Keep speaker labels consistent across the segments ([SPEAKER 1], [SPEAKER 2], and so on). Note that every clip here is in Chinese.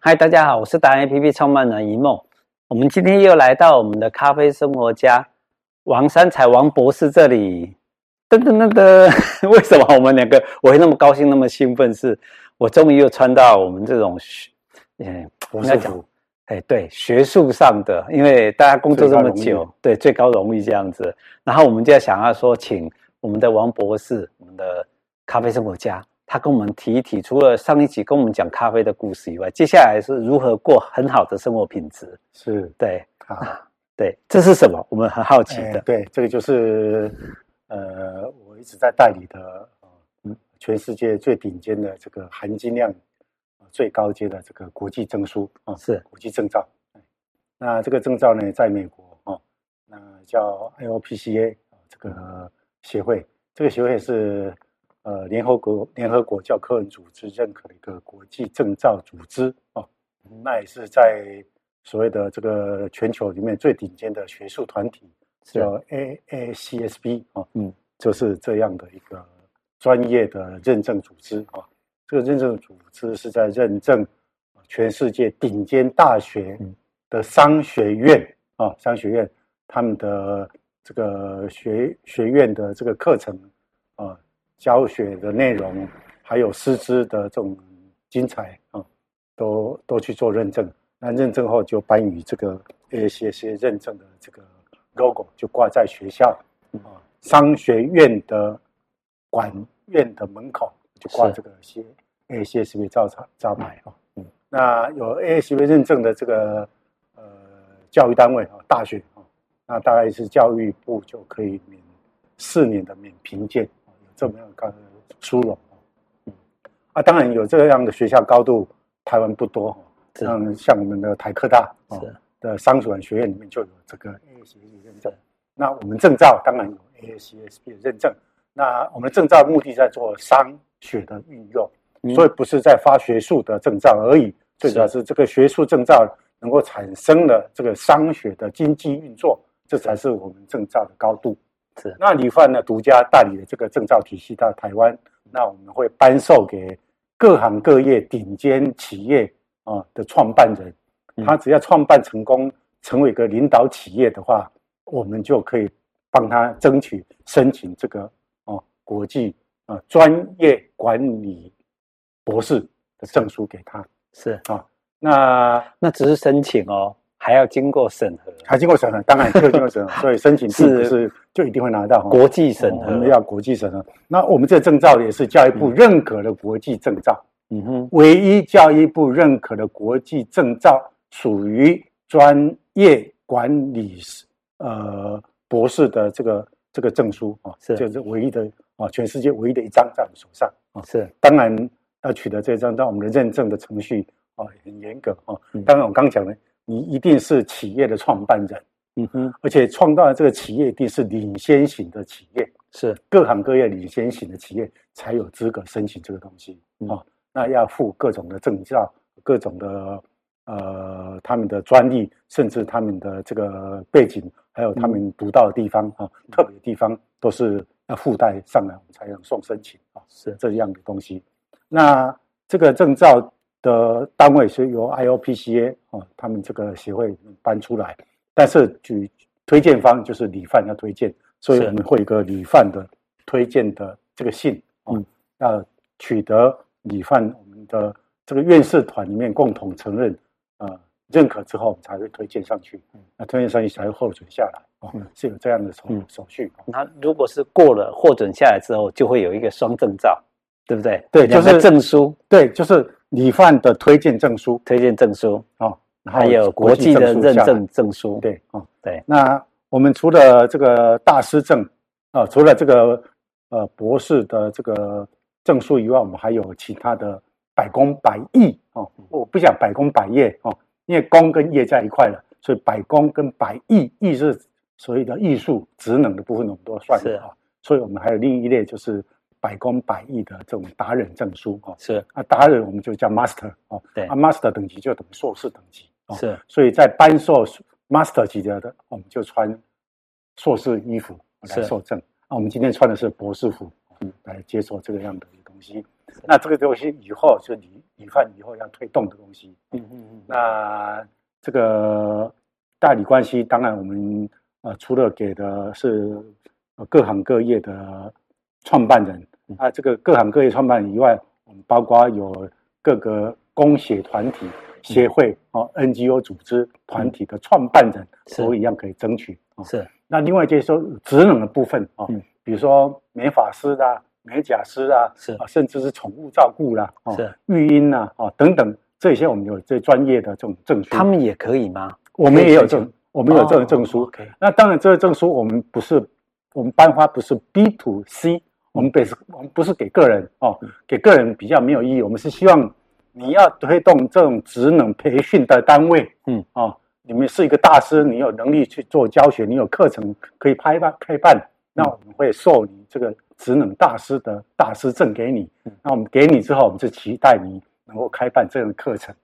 [SPEAKER 1] 嗨，大家好，我是达人 APP 创办人一梦。我们今天又来到我们的咖啡生活家王三才王博士这里。噔噔噔噔， 为什么我们两个我会那么高兴，那么兴奋？是我终于又穿到我们这种学，哎，我们要讲
[SPEAKER 2] 服，
[SPEAKER 1] 哎，对，学术上的，因为大家工作这么
[SPEAKER 2] 最高
[SPEAKER 1] 久，对，最高荣誉这样子。然后我们就要想要说，请我们的王博士，我们的咖啡生活家，他跟我们提一提，除了上一集跟我们讲咖啡的故事以外，接下来是如何过很好的生活品质。
[SPEAKER 2] 是
[SPEAKER 1] 对
[SPEAKER 2] 啊，
[SPEAKER 1] 对，这是什么？我们很好奇
[SPEAKER 2] 哎
[SPEAKER 1] 的。
[SPEAKER 2] 对，这个就是呃，我一直在代理的，呃嗯，全世界最顶尖的这个含金量呃最高阶的这个国际证书啊，
[SPEAKER 1] 是
[SPEAKER 2] 国际证照。哎那这个证照呢，在美国哦，那叫 IOPCA 啊这个协会，这个协会是呃联合国联合国教科文组织认可的一个国际证照组织哦，那也是在所谓的这个全球里面最顶尖的学术团体，
[SPEAKER 1] 是
[SPEAKER 2] 叫 AACSB 哦，
[SPEAKER 1] 嗯，
[SPEAKER 2] 就是这样的一个专业的认证组织啊、哦。这个认证组织是在认证全世界顶尖大学
[SPEAKER 1] 嗯
[SPEAKER 2] 的商学院啊、哦商学院他们的这个学学院的这个课程啊、教学的内容，还有师资的这种精彩啊、都都去做认证。那认证后就颁予这个 ACC 认证的这个 logo，就挂在学校啊、商学院的管院的门口，就挂
[SPEAKER 1] 是
[SPEAKER 2] 这个 C ACSB 招招招牌啊。那有 ASB 认证的这个呃教育单位啊，大学啊，那大概是教育部就可以免四年的免评鉴，啊有这么样的殊荣啊。啊，当然有这样的学校高度，台湾不多哈。
[SPEAKER 1] 是
[SPEAKER 2] 像像我们的台科大啊
[SPEAKER 1] 是
[SPEAKER 2] 的商学院学院里面就有这个 ASB 认证。那我们证照当然有 ASCSB 的认证。那我们的证照目的在做商学的运用，
[SPEAKER 1] 嗯
[SPEAKER 2] 所以不是在发学术的证照而已，最主要是这个学术证照能够产生了这个商学的经济运作，这才是我们证照的高度。
[SPEAKER 1] 是
[SPEAKER 2] 那李范呢独家代理的这个证照体系到台湾，那我们会颁授给各行各业顶尖企业啊、的创办人
[SPEAKER 1] 嗯，
[SPEAKER 2] 他只要创办成功，成为一个领导企业的话，我们就可以帮他争取申请这个哦、国际啊、呃专业管理博士的证书给他。
[SPEAKER 1] 是，
[SPEAKER 2] 那
[SPEAKER 1] 那只是申请哦，还要经过审核，
[SPEAKER 2] 还经过审核，当然就经过 审核，所以申请并不是就一定会拿到哦。
[SPEAKER 1] 国际审
[SPEAKER 2] 我
[SPEAKER 1] 核
[SPEAKER 2] 们。要国际审嗯核。那我们这证照也是教育部认可的国际证照，
[SPEAKER 1] 嗯哼，
[SPEAKER 2] 唯一教育部认可的国际证照属于专业管理呃博士的这个这个证书啊，
[SPEAKER 1] 是
[SPEAKER 2] 就是唯一的啊，全世界唯一的一张在我们手上啊。
[SPEAKER 1] 是
[SPEAKER 2] 当然要取得这张照，我们的认证的程序啊很严格啊
[SPEAKER 1] 嗯。
[SPEAKER 2] 当然我刚讲的，你一定是企业的创办人，
[SPEAKER 1] 嗯哼，
[SPEAKER 2] 而且创办的这个企业一定是领先型的企业。
[SPEAKER 1] 是
[SPEAKER 2] 各行各业领先型的企业才有资格申请这个东西
[SPEAKER 1] 嗯
[SPEAKER 2] 啊、哦那要附各种的证照、各种的呃他们的专利，甚至他们的这个背景，还有他
[SPEAKER 1] 嗯
[SPEAKER 2] 们独到的地方啊、特别的地方，都是要附带上来，我们才能送申请啊、
[SPEAKER 1] 是
[SPEAKER 2] 这样的东西。那这个证照的单位是由 IOPCA 哦，他们这个协会搬出来，但是举推荐方就是李范要推荐，所以
[SPEAKER 1] 是
[SPEAKER 2] 我们会有一个李范的推荐的这个信哦，
[SPEAKER 1] 嗯
[SPEAKER 2] 要取得李范我们的这个院士团里面共同承认呃认可之后，我们才会推荐上去
[SPEAKER 1] 嗯，
[SPEAKER 2] 那推荐上去才会获准下来哦
[SPEAKER 1] 嗯，
[SPEAKER 2] 是有这样的手
[SPEAKER 1] 嗯
[SPEAKER 2] 手续哦。
[SPEAKER 1] 那如果是过了获准下来之后，就会有一个双证照，对不对？
[SPEAKER 2] 对
[SPEAKER 1] 两
[SPEAKER 2] 就
[SPEAKER 1] 个
[SPEAKER 2] 是
[SPEAKER 1] 证书，
[SPEAKER 2] 对，就是李范的推荐证书
[SPEAKER 1] 推荐证书，
[SPEAKER 2] 哦，然后
[SPEAKER 1] 还有国际的
[SPEAKER 2] 证书
[SPEAKER 1] 认
[SPEAKER 2] 下来
[SPEAKER 1] 证证书。，
[SPEAKER 2] 对啊、哦
[SPEAKER 1] 对
[SPEAKER 2] 那我们除了这个大师证啊、除了这个呃博士的这个证书以外，我们还有其他的百工百艺哦。我不想百工百业哦，因为工跟业在一块了，所以百工跟百艺，艺是所谓的艺术职能的部分，我们都算
[SPEAKER 1] 是
[SPEAKER 2] 啊、所以我们还有另一类就是百工百艺的这种达人证书哦。
[SPEAKER 1] 是
[SPEAKER 2] 啊，达人我们就叫 master 哦，
[SPEAKER 1] 对
[SPEAKER 2] 啊 master 等级就等于硕士等级哦，
[SPEAKER 1] 是
[SPEAKER 2] 所以在颁授 master 级的的，我们就穿硕士衣服来
[SPEAKER 1] 是
[SPEAKER 2] 受证。啊，我们今天穿的是博士服
[SPEAKER 1] 嗯，
[SPEAKER 2] 来接受这个样的东西。那这个东西以后就你你看以后要推动的东西。
[SPEAKER 1] 嗯嗯嗯，
[SPEAKER 2] 那这个代理关系，当然我们呃除了给的是呃各行各业的创办人
[SPEAKER 1] 嗯，
[SPEAKER 2] 啊，这个各行各业创办人以外，我们包括有各个公协团体、协会哦、NGO 组织团体的创办人，
[SPEAKER 1] 嗯是
[SPEAKER 2] 都一样可以争取哦。
[SPEAKER 1] 是，
[SPEAKER 2] 那另外就是说职能的部分啊、哦
[SPEAKER 1] 嗯
[SPEAKER 2] 比如说美发师啦、美甲师啊，
[SPEAKER 1] 是
[SPEAKER 2] 啊，甚至是宠物照顾啦、哦
[SPEAKER 1] 是
[SPEAKER 2] 育婴啦、啊，等等这些，我们有最专业的这种证书。
[SPEAKER 1] 他们也可以吗？
[SPEAKER 2] 我们也有
[SPEAKER 1] 可以哦
[SPEAKER 2] 证，我们有这种证书。
[SPEAKER 1] o k
[SPEAKER 2] 那当然，这个证书我们不是我们颁发不是 B to C，我们不是我们不是给个人哦，
[SPEAKER 1] 嗯
[SPEAKER 2] 给个人比较没有意义。我们是希望你要推动这种职能培训的单位，
[SPEAKER 1] 嗯，
[SPEAKER 2] 哦，你们是一个大师，你有能力去做教学，你有课程可以拍办开
[SPEAKER 1] 嗯
[SPEAKER 2] 办，那我们会授你这个职能大师的大师证给你
[SPEAKER 1] 嗯。
[SPEAKER 2] 那我们给你之后，我们就期待你能够开办这样的课程。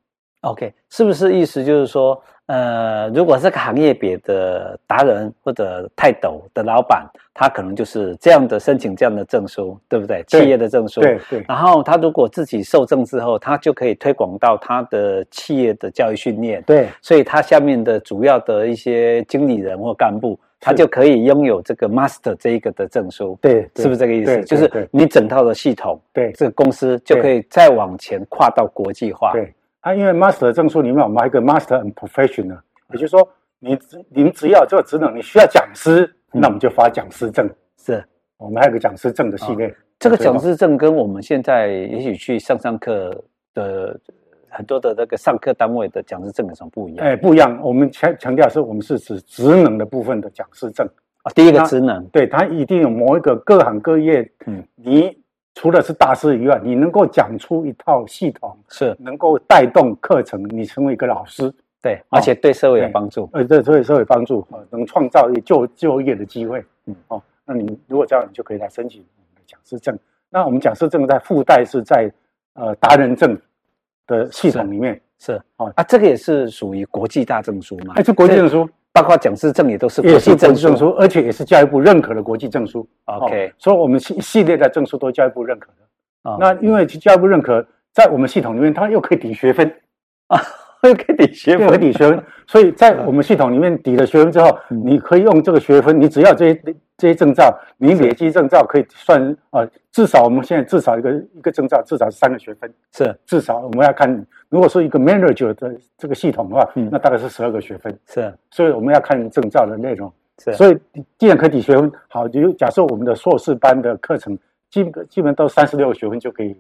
[SPEAKER 1] OK，是不是意思就是说，呃，如果这个行业别的达人或者泰斗的老板，他可能就是这样的申请这样的证书，对不对？
[SPEAKER 2] 对
[SPEAKER 1] 企业的证书。
[SPEAKER 2] 对对
[SPEAKER 1] 然后他如果自己受证之后，他就可以推广到他的企业的教育训练。
[SPEAKER 2] 对
[SPEAKER 1] 所以他下面的主要的一些经理人或干部，他
[SPEAKER 2] 是
[SPEAKER 1] 就可以拥有这个 master 这一个的证书，
[SPEAKER 2] 对，
[SPEAKER 1] 是不是这个意
[SPEAKER 2] 对
[SPEAKER 1] 思？
[SPEAKER 2] 对
[SPEAKER 1] 就是
[SPEAKER 2] 对
[SPEAKER 1] 你整套的系统，
[SPEAKER 2] 对
[SPEAKER 1] 这个公司就
[SPEAKER 2] 对
[SPEAKER 1] 可以再往前跨到国际化。
[SPEAKER 2] 对，啊，因为 master 证书里面我们还有一个 master and professional，也就是说，你只您只要有这个职能，你需要讲师，
[SPEAKER 1] 嗯
[SPEAKER 2] 那我们就发讲师证。
[SPEAKER 1] 是。
[SPEAKER 2] 我们还有个讲师证的系列。
[SPEAKER 1] 啊这个讲师证跟我们现在也许去上上课的很多的那个上课单位的讲师证有什么不一样？
[SPEAKER 2] 哎，不一样。我们强强调是我们是指职能的部分的讲师证，
[SPEAKER 1] 啊，第一个
[SPEAKER 2] 那
[SPEAKER 1] 职能
[SPEAKER 2] 对，它一定有某一个各行各业，
[SPEAKER 1] 嗯
[SPEAKER 2] 你除了是大师以外，你能够讲出一套系统，
[SPEAKER 1] 是
[SPEAKER 2] 能够带动课程，你成为一个老师，
[SPEAKER 1] 对，而且对社会有帮助。
[SPEAKER 2] 呃，对对社会帮助，呃能创造就就业的机会。
[SPEAKER 1] 嗯
[SPEAKER 2] 嗯，哦，那你如果这样，你就可以来申请我们的讲师证。那我们讲师证在附带是在呃达人证的系统里面，
[SPEAKER 1] 是
[SPEAKER 2] 哦
[SPEAKER 1] 啊，这个也是属于国际大证书嘛？
[SPEAKER 2] 哎，这国际证书
[SPEAKER 1] 包括讲师证也都是国
[SPEAKER 2] 也是
[SPEAKER 1] 际
[SPEAKER 2] 国
[SPEAKER 1] 证
[SPEAKER 2] 际证书，而且也是教育部认可的国际证书。哦
[SPEAKER 1] OK，
[SPEAKER 2] 所以我们系系列的证书都教育部认可的。
[SPEAKER 1] 啊
[SPEAKER 2] 那因为教育部认可，在我们系统里面，它又可以抵学分，
[SPEAKER 1] 那给你学
[SPEAKER 2] 又可以抵学分，所以在我们系统里面抵了学分之后，
[SPEAKER 1] 嗯
[SPEAKER 2] 你可以用这个学分，你只要这些这些证照，你累积证照可以算呃，至少我们现在至少一个一个证照至少是三个学分，
[SPEAKER 1] 是
[SPEAKER 2] 至少我们要看，如果是一个 manager 的这个系统的话，
[SPEAKER 1] 嗯
[SPEAKER 2] 那大概是十二个学分，
[SPEAKER 1] 是
[SPEAKER 2] 所以我们要看证照的内容。
[SPEAKER 1] 是，
[SPEAKER 2] 所以既然可以抵学分，好，就假设我们的硕士班的课程基本基本都三十六个学分就可以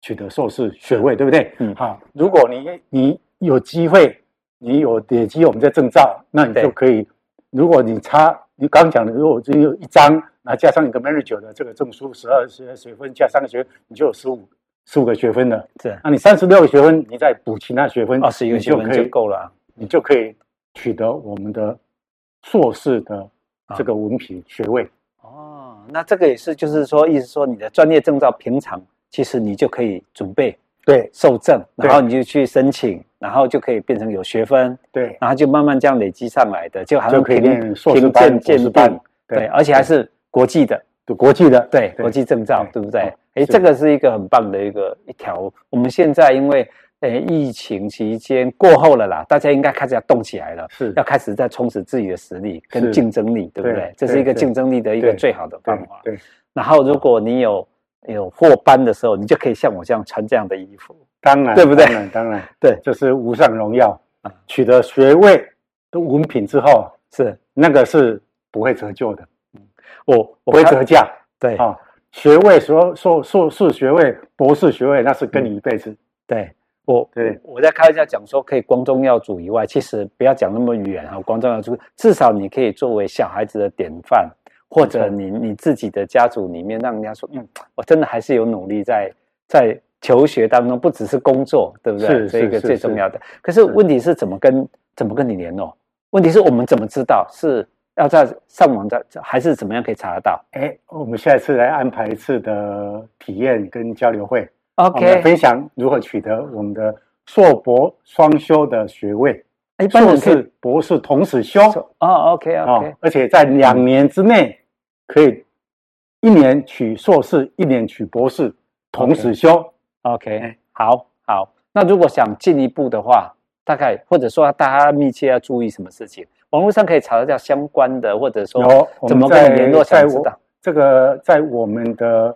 [SPEAKER 2] 取得硕士学位，对不对？
[SPEAKER 1] 嗯
[SPEAKER 2] 好，如果你你有机会，你有累积我们的证照，那你
[SPEAKER 1] 对
[SPEAKER 2] 就可以。如果你差，你刚讲的，如果只有一张，那加上一个 manager 的这个证书，十二学学分加三个学分，你就有十五十五个学分了。
[SPEAKER 1] 是
[SPEAKER 2] 那你三十六个学分，你再补其他学分，
[SPEAKER 1] 二十一个
[SPEAKER 2] 你
[SPEAKER 1] 学
[SPEAKER 2] 就
[SPEAKER 1] 分
[SPEAKER 2] 可
[SPEAKER 1] 就
[SPEAKER 2] 以
[SPEAKER 1] 够了啊。
[SPEAKER 2] 你就可以取得我们的硕士的这个文凭学位。
[SPEAKER 1] 啊哦，那这个也是，就是说，意思说你的专业证照平常其实你就可以准备
[SPEAKER 2] 对
[SPEAKER 1] 受证，
[SPEAKER 2] 对
[SPEAKER 1] 然后你就去申请，然后就可以变成有学分，
[SPEAKER 2] 对
[SPEAKER 1] 然后就慢慢这样累积上来的，就好像
[SPEAKER 2] 就可以
[SPEAKER 1] 评
[SPEAKER 2] 念硕士
[SPEAKER 1] 评鉴
[SPEAKER 2] 班
[SPEAKER 1] 鉴
[SPEAKER 2] 博士班
[SPEAKER 1] 定，对，而且还是国际的，
[SPEAKER 2] 就国际的，
[SPEAKER 1] 对，
[SPEAKER 2] 对
[SPEAKER 1] 国际证照，对
[SPEAKER 2] 对
[SPEAKER 1] 不对
[SPEAKER 2] 哦？
[SPEAKER 1] 诶，
[SPEAKER 2] 是
[SPEAKER 1] 这个是一个很棒的一个一条。我们现在因为诶疫情期间过后了啦，大家应该开始要动起来了，
[SPEAKER 2] 是
[SPEAKER 1] 要开始在充实自己的实力跟
[SPEAKER 2] 是
[SPEAKER 1] 竞争力，对不对
[SPEAKER 2] 对？
[SPEAKER 1] 这是一个
[SPEAKER 2] 对
[SPEAKER 1] 竞争力的一个
[SPEAKER 2] 对
[SPEAKER 1] 最好的方法。
[SPEAKER 2] 对对，
[SPEAKER 1] 然后如果你有有获颁的时候，你就可以像我这样穿这样的衣服。
[SPEAKER 2] 当然
[SPEAKER 1] 对不对
[SPEAKER 2] 当然当然，
[SPEAKER 1] 对，
[SPEAKER 2] 这是无上荣耀
[SPEAKER 1] 啊。
[SPEAKER 2] 取得学位的文凭之后，
[SPEAKER 1] 是
[SPEAKER 2] 那个是不会折旧的，
[SPEAKER 1] 我我
[SPEAKER 2] 不会
[SPEAKER 1] 看
[SPEAKER 2] 折价
[SPEAKER 1] 对
[SPEAKER 2] 啊。学位硕硕硕士学位、博士学位，那是跟你一辈子。
[SPEAKER 1] 对。我
[SPEAKER 2] 对
[SPEAKER 1] 我在开玩笑讲说，可以光宗耀祖以外，其实不要讲那么远啊，光宗耀祖，至少你可以作为小孩子的典范，或者你你自己的家族里面，让人家说，嗯，我真的还是有努力在在求学当中，不只是工作，对不对？
[SPEAKER 2] 是
[SPEAKER 1] 这一个
[SPEAKER 2] 是是
[SPEAKER 1] 最重要的。可是问题是怎么跟怎么跟你联络？问题是我们怎么知道是要在上网在还是怎么样可以查得到
[SPEAKER 2] 哎，我们下一次来安排一次的体验跟交流会。我们来
[SPEAKER 1] ？OK，
[SPEAKER 2] 分享如何取得我们的硕博双修的学位，
[SPEAKER 1] 一般
[SPEAKER 2] 硕
[SPEAKER 1] 人可以
[SPEAKER 2] 士、博士同时修
[SPEAKER 1] 哦，OK
[SPEAKER 2] 啊
[SPEAKER 1] OK，，
[SPEAKER 2] 而且在两年之内可以一年取硕士，一年取博士，同时修。
[SPEAKER 1] OK，
[SPEAKER 2] 哎
[SPEAKER 1] 好好。那如果想进一步的话，大概或者说大家密切要注意什么事情？网络上可以查得到相关的，或者说
[SPEAKER 2] 有我
[SPEAKER 1] 怎
[SPEAKER 2] 们
[SPEAKER 1] 么跟你联络？
[SPEAKER 2] 在
[SPEAKER 1] 想
[SPEAKER 2] 在
[SPEAKER 1] 知
[SPEAKER 2] 我
[SPEAKER 1] 道
[SPEAKER 2] 这个在我们的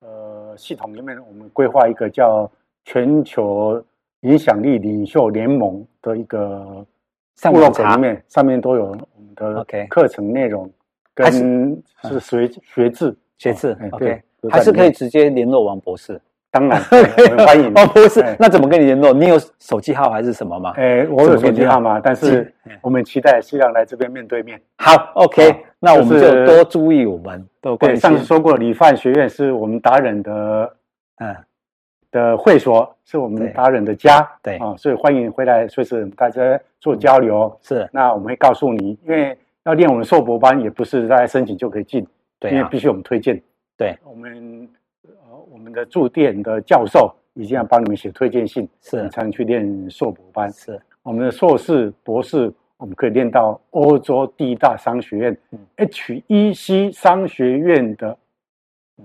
[SPEAKER 2] 呃系统里面，我们规划一个叫全球影响力领袖联盟的一个
[SPEAKER 1] 上
[SPEAKER 2] 部落
[SPEAKER 1] 网
[SPEAKER 2] 格
[SPEAKER 1] 查
[SPEAKER 2] 里面，上面都有我们的
[SPEAKER 1] OK
[SPEAKER 2] 课程内容
[SPEAKER 1] 还
[SPEAKER 2] 跟是学学制
[SPEAKER 1] 学制
[SPEAKER 2] 哎
[SPEAKER 1] OK，
[SPEAKER 2] 对都在
[SPEAKER 1] 还是可以
[SPEAKER 2] 里面
[SPEAKER 1] 直接联络王博士。
[SPEAKER 2] 当然我 们欢迎
[SPEAKER 1] 王博士
[SPEAKER 2] 哎，
[SPEAKER 1] 那怎么跟你联络？你有手机号还是什么吗？
[SPEAKER 2] 哎，我有手机号码，但
[SPEAKER 1] 是
[SPEAKER 2] 是我们期待西洋来这边面对面。
[SPEAKER 1] 好，OK，
[SPEAKER 2] 好
[SPEAKER 1] 那我们就
[SPEAKER 2] 就
[SPEAKER 1] 是多注意我们多
[SPEAKER 2] 对，
[SPEAKER 1] 关心
[SPEAKER 2] 上。次说过，理范学院是我们达人的
[SPEAKER 1] 嗯，
[SPEAKER 2] 的会所，是我
[SPEAKER 1] 对
[SPEAKER 2] 们达人的家。
[SPEAKER 1] 对
[SPEAKER 2] 啊，所以欢迎回来，随时大家做交流。
[SPEAKER 1] 是
[SPEAKER 2] 那我们会告诉你，因为要练我们硕博班，也不是大家申请就可以进，
[SPEAKER 1] 对
[SPEAKER 2] 因为
[SPEAKER 1] 啊
[SPEAKER 2] 必，须我们推荐。
[SPEAKER 1] 对，
[SPEAKER 2] 我们呃，我们的驻店的教授已经要帮你们写推荐信，
[SPEAKER 1] 是
[SPEAKER 2] 你才能去练硕博班。
[SPEAKER 1] 是
[SPEAKER 2] 我们的硕士、博士，我们可以练到欧洲第一大商学院、
[SPEAKER 1] 嗯
[SPEAKER 2] HEC 商学院的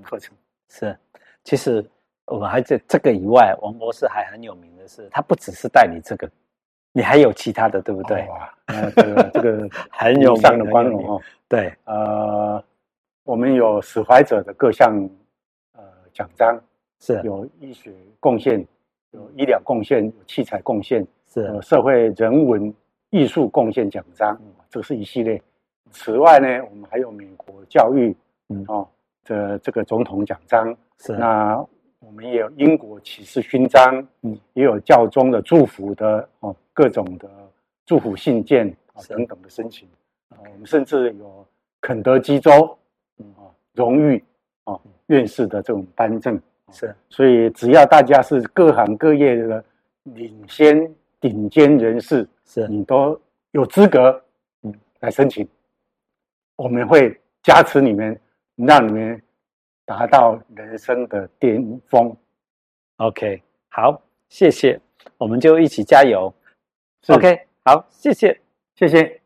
[SPEAKER 2] 课程。
[SPEAKER 1] 嗯是。其实我们还在这个以外，王博士还很有名的是，他不只是带你这个，你还有其他的，对不对？
[SPEAKER 2] 哦哇，那这个这个
[SPEAKER 1] 很有
[SPEAKER 2] 无上的
[SPEAKER 1] 名
[SPEAKER 2] 光
[SPEAKER 1] 很有名
[SPEAKER 2] 荣哦。
[SPEAKER 1] 对，
[SPEAKER 2] 呃，我们有史怀者的各项呃奖章，
[SPEAKER 1] 是
[SPEAKER 2] 有医学贡献，有医疗贡献，有器材贡献，
[SPEAKER 1] 是
[SPEAKER 2] 有呃社会人文艺术贡献奖章
[SPEAKER 1] 嗯，
[SPEAKER 2] 这是一系列。此外呢，我们还有美国教育
[SPEAKER 1] 嗯
[SPEAKER 2] 哦的这个总统奖章，
[SPEAKER 1] 是
[SPEAKER 2] 那我们也有英国骑士勋章，
[SPEAKER 1] 嗯
[SPEAKER 2] 嗯，也有教宗的祝福的哦，各种的祝福信件啊、
[SPEAKER 1] 是
[SPEAKER 2] 等等的申请。啊我们甚至有肯德基州，嗯啊，荣誉啊院士的这种颁证。
[SPEAKER 1] 是
[SPEAKER 2] 所以只要大家是各行各业的领先顶尖人士，
[SPEAKER 1] 是
[SPEAKER 2] 你都有资格
[SPEAKER 1] 嗯
[SPEAKER 2] 来申请，我们会加持你们，让你们达到人生的巅峰。
[SPEAKER 1] OK，好，谢谢，我们就一起加油。
[SPEAKER 2] 是
[SPEAKER 1] OK，好，谢谢。
[SPEAKER 2] 谢谢。